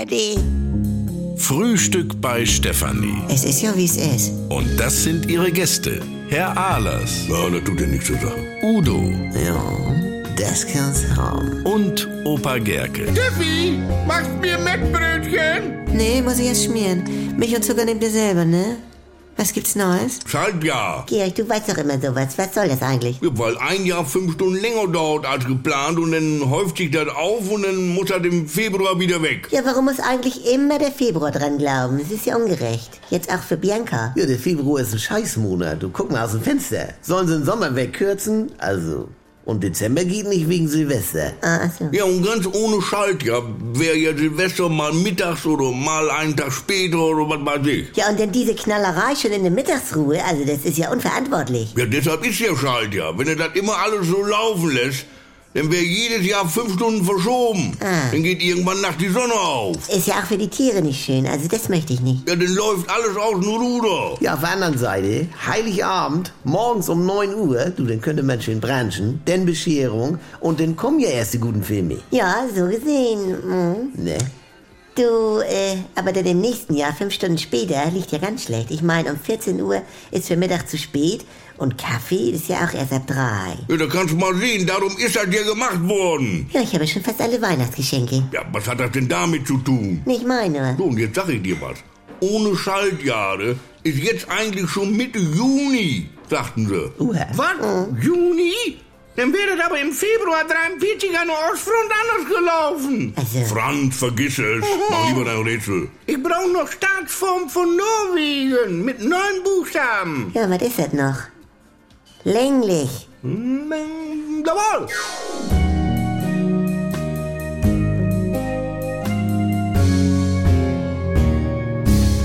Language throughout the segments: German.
Eddie. Frühstück bei Stefanie. Es ist ja, wie es ist. Und das sind ihre Gäste. Herr Ahlers, Ja, das tut dir nichts zu sagen. Udo Ja, das kann's haben. und Opa Gerke. Steffi, machst mir Mettbrötchen? Nee, muss ich erst schmieren. Milch und Zucker nehmt ihr selber, ne? Was gibt's Neues? Schaltjahr. Georg, du weißt doch immer sowas. Was soll das eigentlich? Ja, Halt, weil ein Jahr fünf Stunden länger dauert als geplant und dann häuft sich das auf und dann muss das im Februar wieder weg. Ja, warum muss eigentlich immer der Februar dran glauben? Es ist ja ungerecht. Jetzt auch für Bianca. Ja, der Februar ist ein Scheißmonat. Du guck mal aus dem Fenster. Sollen sie den Sommer wegkürzen? Also. Und Dezember geht nicht wegen Silvester. Ah, ach so. Ja, und ganz ohne Schaltjahr wäre ja Silvester mal mittags oder mal einen Tag später oder was weiß ich. Ja, und dann diese Knallerei schon in der Mittagsruhe. Also, das ist ja unverantwortlich. Ja, deshalb ist ja Schaltjahr. Wenn er das immer alles so laufen lässt, dann wäre jedes Jahr fünf Stunden verschoben. Ah. Dann geht irgendwann nachts die Sonne auf. Ist ja auch für die Tiere nicht schön. Also, das möchte ich nicht. Ja, dann läuft alles aus dem Ruder. Ja, auf der anderen Seite, Heiligabend, morgens um 9 Uhr, du, dann könnte man schön branchen, dann Bescherung und dann kommen ja erst die guten Filme. Ja, so gesehen. Mhm. Ne? Du, äh, aber dann im nächsten Jahr, fünf Stunden später, liegt ja ganz schlecht. Ich meine, um 14 Uhr ist für Mittag zu spät und Kaffee ist ja auch erst ab drei. Ja, da kannst du mal sehen, darum ist das ja gemacht worden. Ja, ich habe schon fast alle Weihnachtsgeschenke. Ja, was hat das denn damit zu tun? Nicht meine. So, und jetzt sag ich dir was. Ohne Schaltjahre ist jetzt eigentlich schon Mitte Juni, sagten sie. Uha. Was? Juni? Dann wäre das aber im Februar 43 an der Ostfront anders gelaufen. Äh. Also, Franz, vergiss es. Mach lieber dein Rätsel. Ich brauche noch Staatsform von Norwegen mit neun Buchstaben. ja, was ist das noch? Länglich. Hm, jawohl.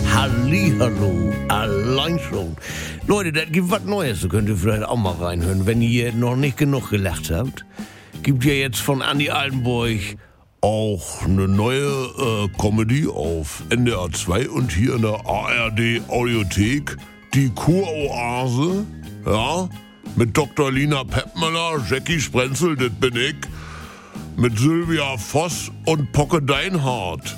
Hallihallo, allein schon. Leute, das gibt was Neues, da könnt ihr vielleicht auch mal reinhören. Wenn ihr noch nicht genug gelacht habt, gibt ja jetzt von Andy Altenburg auch eine neue äh, Comedy auf NDR 2 und hier in der ARD Audiothek, die Kuroase, ja, mit Dr. Lina Peppmüller, Jackie Sprenzel, das bin ich, mit Sylvia Voss und Pocke Deinhardt.